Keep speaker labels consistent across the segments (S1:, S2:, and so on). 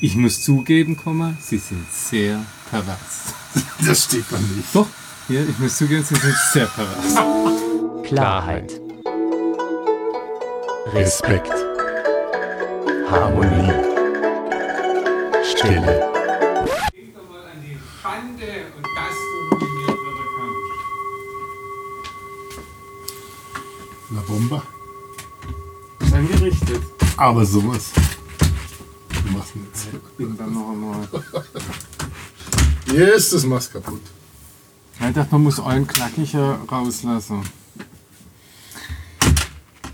S1: Ich muss zugeben, Komma, sie sind sehr pervers.
S2: Das steht man nicht.
S1: Doch, ja, ich muss zugeben, sie sind sehr pervers.
S3: Klarheit. Respekt. Harmonie. Stille.
S4: Denk doch mal an die Schande und das ruiniert wird der Kampf.
S2: La Bomba.
S1: Angerichtet.
S2: Aber sowas. Du machst ihn jetzt.
S1: Bin dann noch einmal.
S2: Yes, das machst kaputt.
S1: Ich dachte, man muss einen knackiger rauslassen.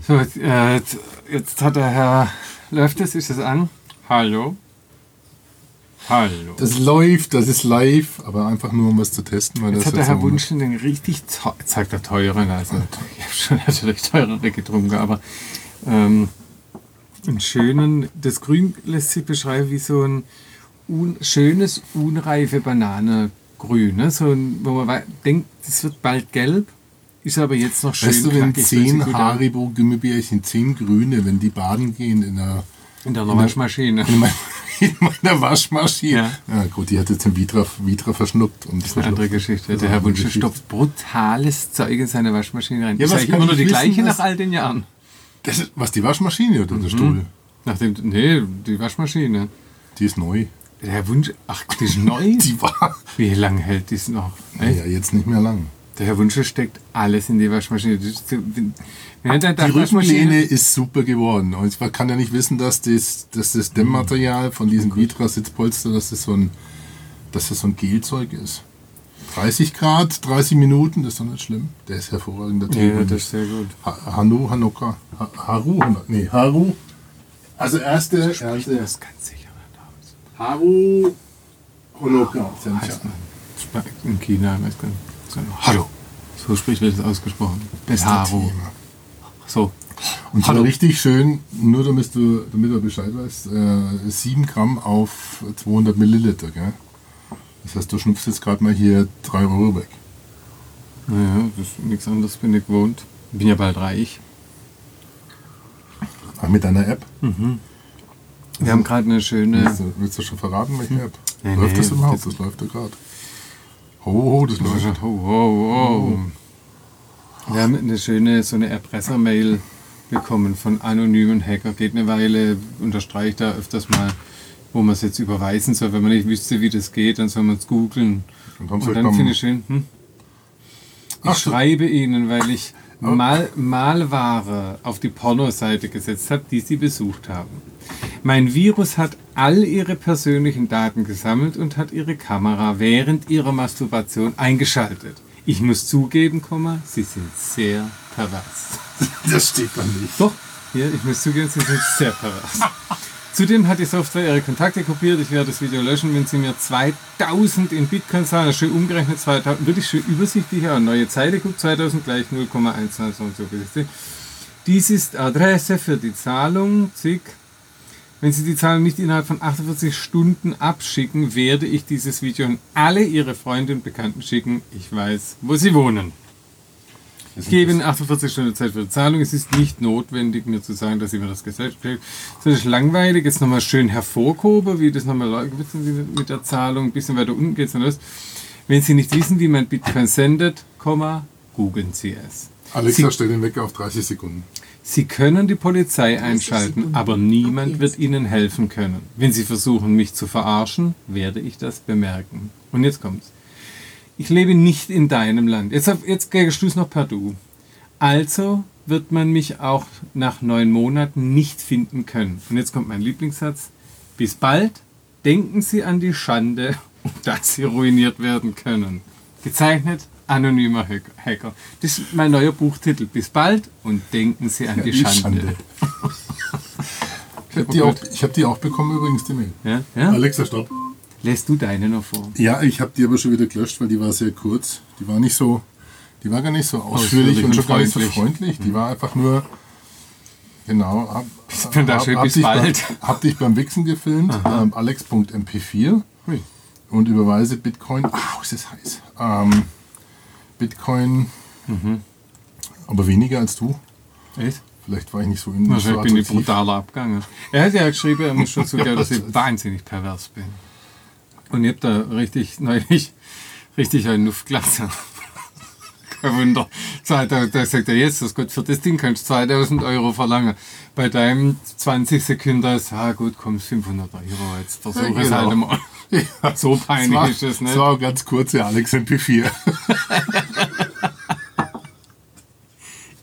S1: So, jetzt, äh, jetzt- jetzt hat der Herr. Läuft es? Ist es an? Hallo? Hallo.
S2: Das läuft, das ist live, aber einfach nur um was zu testen, weil
S1: Jetzt
S2: das
S1: hat der Herr
S2: so-
S1: Wunschen den richtig, teu- jetzt sagt er teuren, also ich habe schon natürlich teurere getrunken, aber ähm, einen schönen, das Grün lässt sich beschreiben wie so ein un, schönes, unreife Bananengrün, ne? so ein, wo man wei- denkt, es wird bald gelb, ist aber jetzt noch schön
S2: Weißt du, wenn
S1: knackig, fühlt sich
S2: zehn
S1: gut an.
S2: Haribo Gummibärchen, zehn Grüne, wenn die baden gehen in einer,
S1: in der Waschmaschine.
S2: in meiner, in meiner Waschmaschine. Ja. gut, die hat jetzt den Vitra, Vitra verschluckt und das ist
S1: Eine andere Geschichte. Der Herr Wunsch stopft brutales Zeug in seine Waschmaschine rein.
S2: Ja,
S1: ist
S2: was
S1: eigentlich
S2: kann
S1: immer nur
S2: ich
S1: die
S2: wissen,
S1: gleiche
S2: was-
S1: nach all den Jahren.
S2: Das ist, was die Waschmaschine oder
S1: Mhm.
S2: der Stuhl?
S1: Nachdem, nee, die Waschmaschine.
S2: Die ist neu.
S1: Der Herr Wunsch, ach, die ist neu.
S2: Die war.
S1: Wie lange hält dies noch? Echt?
S2: Ja, jetzt nicht mehr lang.
S1: Der Herr Wunsch steckt alles in die Waschmaschine. Das ist so- wenn- Wenn er da
S2: Die Rückenlehne ist super geworden. Und zwar kann er nicht wissen, dass das, dass das Dämmmaterial von diesem Vitra-Sitzpolster, dass das so ein, dass das so ein Gelzeug ist. 30 Grad, 30 Minuten, das ist doch nicht schlimm. Der ist hervorragend. Der Typ.
S1: Ja, das ist sehr gut.
S2: Ha- Hanu, Hanoka, ha Haru, Hanoka, nee, Haru. Also erste, erste
S1: Das ist ganz sicher.
S2: Haru Honoka.
S1: Heißt man. Sp- In China, weiß gar nicht. So ein Hallo. So spricht wird es ausgesprochen. Mit Haro. So.
S2: Und zwar richtig schön, nur damit du, damit du Bescheid weißt, äh, 7 Gramm auf 200 Milliliter. Gell? Das heißt, du schnupfst jetzt gerade mal hier 3 Euro weg.
S1: Naja, das ist nichts anderes, bin ich gewohnt. Bin ja bald reich.
S2: Ach, Ah, mit deiner App?
S1: Wir haben gerade eine schöne
S2: Willst, du, willst du schon verraten, welche
S1: Hm.
S2: App?
S1: Nee,
S2: läuft
S1: nee,
S2: das überhaupt?
S1: das-
S2: Das läuft ja gerade. Ho, ho, das läuft.
S1: Oh, oh, oh. Wir haben eine schöne so eine Erpressermail bekommen von anonymen Hacker. Geht eine Weile, unterstreicht da öfters mal, wo man es jetzt überweisen soll. Wenn man nicht wüsste, wie das geht, dann soll man es googeln.
S2: Und
S1: Und,
S2: dann soll
S1: dann
S2: man-
S1: finde ich schön, hm? ich
S2: Ach, so- Oh.
S1: schreibe Ihnen, weil ich mal Malware auf die Pornoseite gesetzt habe, die Sie besucht haben. Mein Virus hat all Ihre persönlichen Daten gesammelt und hat Ihre Kamera während Ihrer Masturbation eingeschaltet. Ich muss zugeben, Komma, Sie sind sehr pervers.
S2: Das steht man nicht.
S1: Doch, ja, ich muss zugeben, Sie sind sehr pervers. Zudem hat die Software Ihre Kontakte kopiert. Ich werde das Video löschen, wenn Sie mir 2000 in Bitcoin zahlen. Also Schön umgerechnet, 2000, wirklich schön übersichtlich. Ja, neue Zeile, guck, 2000 gleich 0,1 und so. gesehen. Dies ist Adresse für die Zahlung, zig. Wenn Sie die Zahlung nicht innerhalb von 48 Stunden abschicken, werde ich dieses Video an alle Ihre Freunde und Bekannten schicken. Ich weiß, wo Sie wohnen. Ich gebe Ihnen 48 Stunden Zeit für die Zahlung. Es ist nicht notwendig, mir zu sagen, dass ich mir das Gesetz kriege. Das ist langweilig. Jetzt nochmal schön hervorgehoben, wie das nochmal läuft Wissen Sie, mit der Zahlung. Ein bisschen weiter unten geht es los. Wenn Sie nicht wissen, wie man Bitcoin sendet, Komma, googeln Sie es.
S2: Alexa, stell den Wecker auf 30 Sekunden.
S1: Sie können die Polizei einschalten, aber niemand wird Ihnen helfen können. Wenn Sie versuchen, mich zu verarschen, werde ich das bemerken. Und jetzt kommt's. Ich lebe nicht in deinem Land. Jetzt, auf- jetzt gehst du es noch per Du. Also wird man mich auch nach neun Monaten nicht finden können. Und jetzt kommt mein Lieblingssatz. Bis bald. Denken Sie an die Schande, um dass Sie ruiniert werden können. Gezeichnet anonymer Hack- Hacker. Das ist mein neuer Buchtitel. Bis bald und denken Sie an die Schande.
S2: Ich habe die, auch- ich hab die auch bekommen übrigens, die Mail.
S1: Ja? Ja?
S2: Alexa, stopp.
S1: Lässt du deine noch vor?
S2: Ja, ich habe die aber schon wieder gelöscht, weil die war sehr kurz. Die war nicht so, die war gar nicht so
S1: Ausführlich
S2: ausführlich und
S1: und
S2: schon gar nicht so
S1: freundlich. Mhm.
S2: freundlich. Die war einfach nur, genau, hab,
S1: bin da schön, bis
S2: dich,
S1: bald.
S2: Beim, hab dich beim Wichsen gefilmt, ähm, alex.mp4
S1: Hui.
S2: und überweise Bitcoin, au, ist das heiß, ähm,
S1: Mhm.
S2: Bitcoin, aber weniger als du,
S1: Echt?
S2: Vielleicht war ich nicht so in
S1: Wahrscheinlich
S2: so
S1: bin ich
S2: Also attraktiv.
S1: brutal abgegangen. Er hat ja geschrieben, er muss schon zugeben, dass ich
S2: Ja, das-
S1: wahnsinnig pervers bin. Und ich hab da richtig neulich richtig einen Luftglaser. Kein Wunder. Zahlt er- Da sagt er jetzt, das Gott, für das Ding kannst du 2000 Euro verlangen. Bei deinem 20 Sekunden ist, ah gut, komm, 500 Euro, jetzt versuche
S2: Ja,
S1: es
S2: genau.
S1: halt mal.
S2: Ja,
S1: So
S2: es
S1: peinlich
S2: war,
S1: ist es
S2: es
S1: nicht.
S2: war auch ganz kurz, ja, Alex MP4.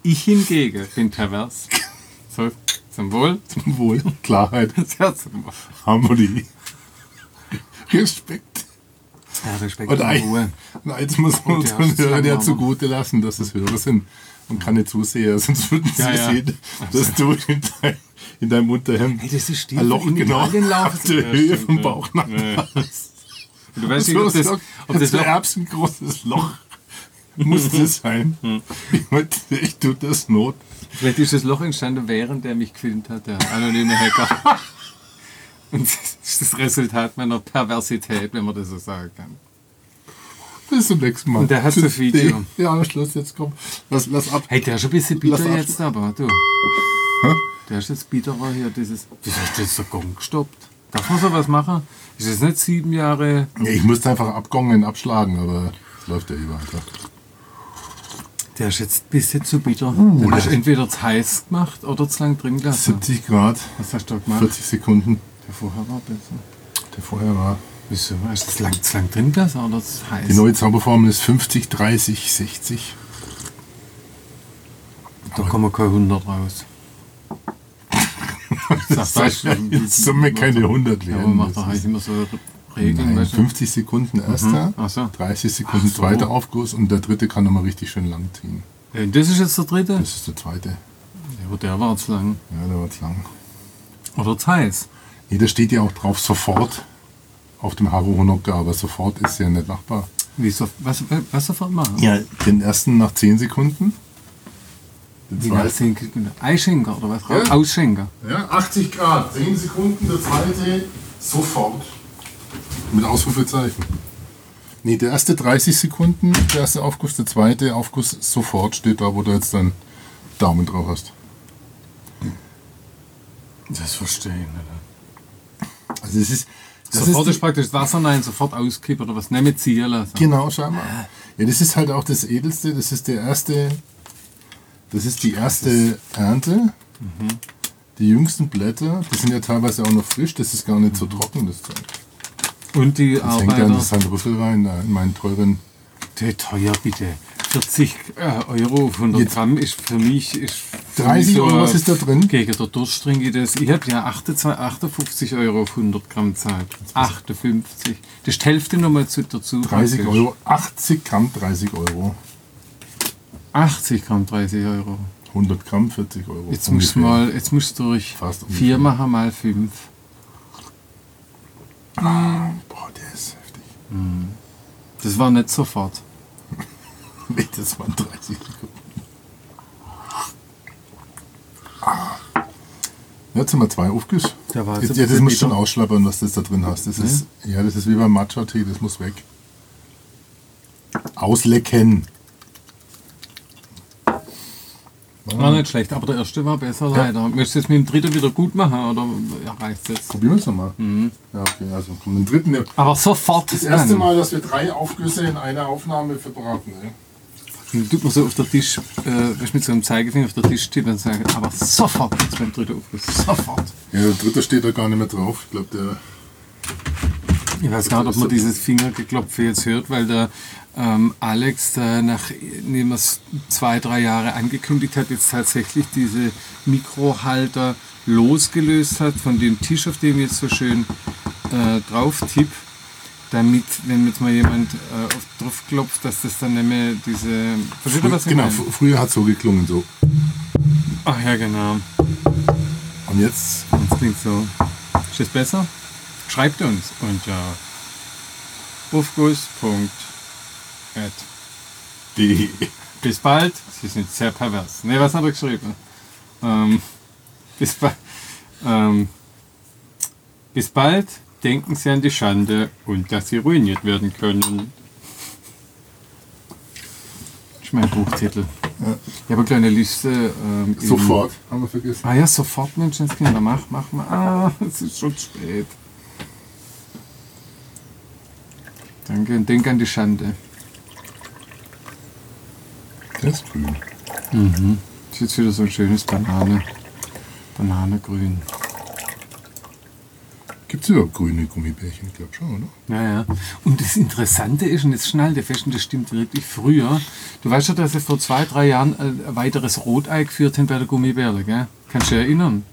S1: Ich hingegen bin pervers. So, zum Wohl.
S2: Wohl, Klarheit,
S1: Sehr zum Wohl.
S2: Harmonie, Respekt.
S1: Ja, Respekt
S2: Und
S1: und
S2: ein-
S1: Ruhe.
S2: und eins muss man
S1: Und der
S2: unseren
S1: ist
S2: Hörern ja
S1: langweilig.
S2: zugute lassen, dass es Hörer sind und keine Zuseher, sonst würden sie
S1: Ja, ja. Also.
S2: sehen, dass du in, dein, in deinem Unterhemd
S1: Hey, das ist still.
S2: ein Loch
S1: In
S2: genau
S1: Italien laufen
S2: auf
S1: sie-
S2: der
S1: Ja,
S2: Höhe
S1: stimmt,
S2: vom
S1: ja.
S2: Bauchnabel
S1: Ja, ja.
S2: hast.
S1: Du weißt nicht,
S2: So,
S1: ob das,
S2: Loch,
S1: ob das
S2: das
S1: Loch Mhm.
S2: Erbsen ein großes Loch. Muss das sein? Ich meinte, ich tue das Not.
S1: Vielleicht ist das Loch entstanden, während er mich gefilmt hat, der anonyme Hacker. Und das ist das Resultat meiner Perversität, wenn man das so sagen kann.
S2: Bis zum nächsten Mal.
S1: Und der hat
S2: Tschüss.
S1: das Video.
S2: Nee, Ja, Schluss, jetzt komm. Lass, lass ab.
S1: Hey, der ist ein bisschen bitter
S2: Lass ab-
S1: jetzt aber, du. Der ist jetzt bitterer hier, dieses... Wieso ist das so gong gestoppt? Darf man sowas machen? Ist das nicht sieben Jahre...
S2: Nee, Ich musste einfach abgongen und abschlagen, aber es läuft ja über. Alter.
S1: Der ist jetzt ein bisschen zu bitter.
S2: Uh,
S1: Den hast du entweder zu heiß gemacht oder zu lang drin gelassen.
S2: 70 Grad,
S1: Was hast du da gemacht?
S2: 40 Sekunden.
S1: Der vorher war besser.
S2: Der vorher war.
S1: Wieso? Hast du das lang, zu lang drin gelassen oder zu heiß?
S2: Die neue Zauberformel ist 50, 30, 60.
S1: Da kommen keine 100 raus.
S2: Das ist jetzt Summe keine 100
S1: Ja, aber
S2: werden.
S1: macht doch
S2: Das
S1: eigentlich
S2: ist-
S1: immer so Regeln.
S2: Nein,
S1: weißt du?
S2: 50 Sekunden
S1: also.
S2: erster,
S1: Ach so.
S2: 30 Sekunden
S1: Ach so.
S2: zweiter Aufguss und der dritte kann nochmal richtig schön lang ziehen.
S1: Äh, Das ist jetzt der dritte? Ja,
S2: Das ist der zweite.
S1: aber der war zu lang.
S2: Ja, der war zu lang.
S1: Oder zu heiß.
S2: Nee, da steht ja auch drauf sofort auf dem Haru Honoka, aber sofort ist ja nicht machbar.
S1: Wie so, was, was sofort machen?
S2: Ja. Den ersten nach 10 Sekunden. Den
S1: Die ganzen Eischenker oder was?
S2: Ja.
S1: Ausschenker.
S2: Ja, 80 Grad, 10 Sekunden, der zweite sofort. Mit Ausrufezeichen. Nee, der erste 30 Sekunden, der erste Aufguss, der zweite Aufguss sofort steht da, wo du jetzt deinen Daumen drauf hast.
S1: Das verstehe ich nicht.
S2: Also es ist. Das
S1: sofort ist,
S2: die-
S1: praktisch das Wasser nein, sofort auskippen oder was? Nicht ziehen lassen.
S2: Genau,
S1: Ah.
S2: scheinbar. Ja, das ist halt auch das Edelste, das ist der erste, das ist die erste Ernte.
S1: Mhm.
S2: Die jüngsten Blätter, die sind ja teilweise auch noch frisch, das ist gar nicht so trocken, das Zeug.
S1: Und die
S2: Das hängt ja in
S1: Arbeiter.
S2: seinen Rüffel rein, da in meinen teuren.
S1: Der teuer bitte. 40 äh, Euro auf 100
S2: Jetzt-
S1: Gramm ist für mich. Ist für
S2: 30
S1: mich
S2: Euro,
S1: äh,
S2: was ist da drin?
S1: Gegen der Durst trinke ich das. Ich habe ja 28, 58 Euro auf 100 Gramm gezahlt. 58. Das ist die Hälfte nochmal zu, dazu.
S2: 30
S1: praktisch.
S2: Euro, 80 Gramm 30 Euro,
S1: 80 Gramm 30 Euro.
S2: 100 Gramm 40 Euro.
S1: Jetzt musst, du
S2: Oh, ungefähr.
S1: mal, jetzt musst du durch
S2: Fast ungefähr.
S1: 4 machen mal 5.
S2: Boah, der ist heftig.
S1: Das war nicht sofort.
S2: Nee, das waren 30 Sekunden. Ah. Jetzt sind wir zwei aufgesch.
S1: Da war jetzt ein
S2: jetzt, ja, das
S1: bisschen
S2: musst du schon
S1: bitter.
S2: ausschlappern, was das da drin hast. Das ist, ja, das ist wie beim Matcha-Tee, das muss weg. Auslecken.
S1: War nicht schlecht, aber der erste war besser leider. Möchtest du jetzt mit dem dritten wieder gut machen oder reicht es jetzt?
S2: Probieren wir es nochmal. Ja, okay, also komm, den dritten. Das
S1: Aber sofort. dann.
S2: dass wir drei Aufgüsse in einer Aufnahme verbraten. ey.
S1: Dann tut man so auf den Tisch, äh, weißt du, mit so einem Zeigefinger auf den Tisch tippen und sagen, aber sofort, jetzt beim dritten Aufguss, sofort.
S2: Ja, der dritte steht da gar nicht mehr drauf. Ich glaube, der
S1: Ich weiß gar nicht, ob man dieses Fingergeklopfe jetzt hört, weil der ähm, Alex, der nachdem er es zwei, drei Jahre angekündigt hat, jetzt tatsächlich diese Mikrohalter losgelöst hat von dem Tisch, auf dem ich jetzt so schön äh, drauf tipp, damit, wenn jetzt mal jemand äh, auf- drauf klopft, dass das dann nicht mehr diese... Versteht ihr, was ich
S2: genau,
S1: meine?
S2: fr- früher hat es so geklungen. So.
S1: Ach ja, genau.
S2: Und jetzt
S1: Das klingt so. Ist das besser? Schreibt uns unter ufguss.at.
S2: die.
S1: Bis bald. Sie sind sehr pervers. Ne, was habe ich geschrieben? Ähm, bis, ba ähm, bis bald. Denken Sie an die Schande und dass Sie ruiniert werden können. Das ist mein Buchtitel. Ich habe eine kleine Liste. Ähm, in-
S2: Sofort haben wir vergessen.
S1: Ah ja, sofort Menschenskinder. Mach, mach mal. Ah, es ist schon spät. Danke und denk an die Schande.
S2: Der ist grün.
S1: Das ist jetzt wieder so ein schönes Banane. Bananegrün.
S2: Gibt es überhaupt grüne Gummibärchen? Ich glaube schon, oder?
S1: Ja, ja. Und das Interessante ist, und jetzt schnallt der fest, und das stimmt wirklich früher. Du weißt ja, dass sie vor zwei, drei Jahren äh, ein weiteres Rotei geführt haben bei der Gummibärle, gell? Kannst du dich erinnern?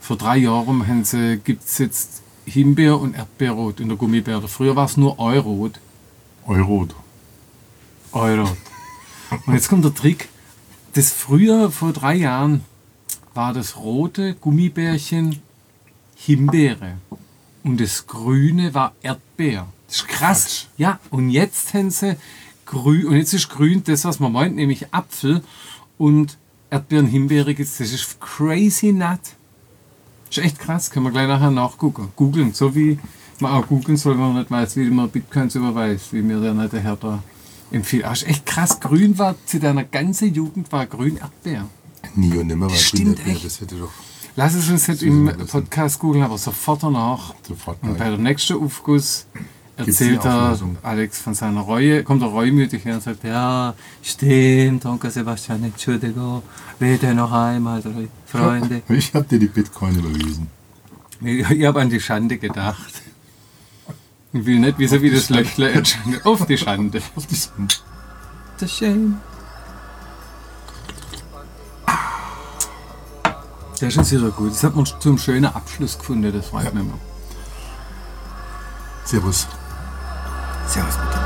S1: Vor drei Jahren haben sie- gibt's jetzt Himbeer- und Erdbeerrot in der Gummibärle. Früher war es nur Eurot.
S2: Euro.
S1: Eurot. Und jetzt kommt der Trick. Das früher, vor drei Jahren, war das rote Gummibärchen Himbeere. Und das grüne war Erdbeer. Das ist krass.
S2: Quatsch.
S1: Ja, und jetzt haben sie grün, und jetzt ist grün das, was man meint, nämlich Apfel und Erdbeeren, Himbeere gibt's. Das ist crazy nut. Das ist echt krass, können wir gleich nachher nachgucken. Googeln, so wie man auch googeln soll, wenn man nicht weiß, wie man Bitcoins überweist, wie mir der nette Herr da empfiehlt. Ah, ist echt krass, grün war zu deiner ganzen Jugend war grün Erdbeer.
S2: Nie und nimmer war
S1: Das
S2: grüne
S1: stimmt
S2: Bär.
S1: echt.
S2: Das hätte doch
S1: Lass es uns nicht
S2: müssen
S1: im
S2: wir wissen.
S1: Podcast googeln, aber sofort danach.
S2: sofort
S1: Und bei
S2: mal.
S1: der nächsten Aufguss
S2: Gibt's die
S1: erzählt er
S2: Auflösung?
S1: Alex von seiner Reue, kommt er reumütig her und sagt, ja, stimmt, Onkel Sebastian, Entschuldigung, bitte noch einmal, Freunde.
S2: Ich habe dir die Bitcoin überwiesen.
S1: Ich, ich habe an die Schande gedacht. Ich will nicht wissen, wie das Löchler entscheidet. Auf die Schande.
S2: Auf die Sonne.
S1: The shame. Das ist wieder gut. Das hat man zum schönen Abschluss gefunden, das freut mich immer.
S2: Servus.
S1: Servus, bitte.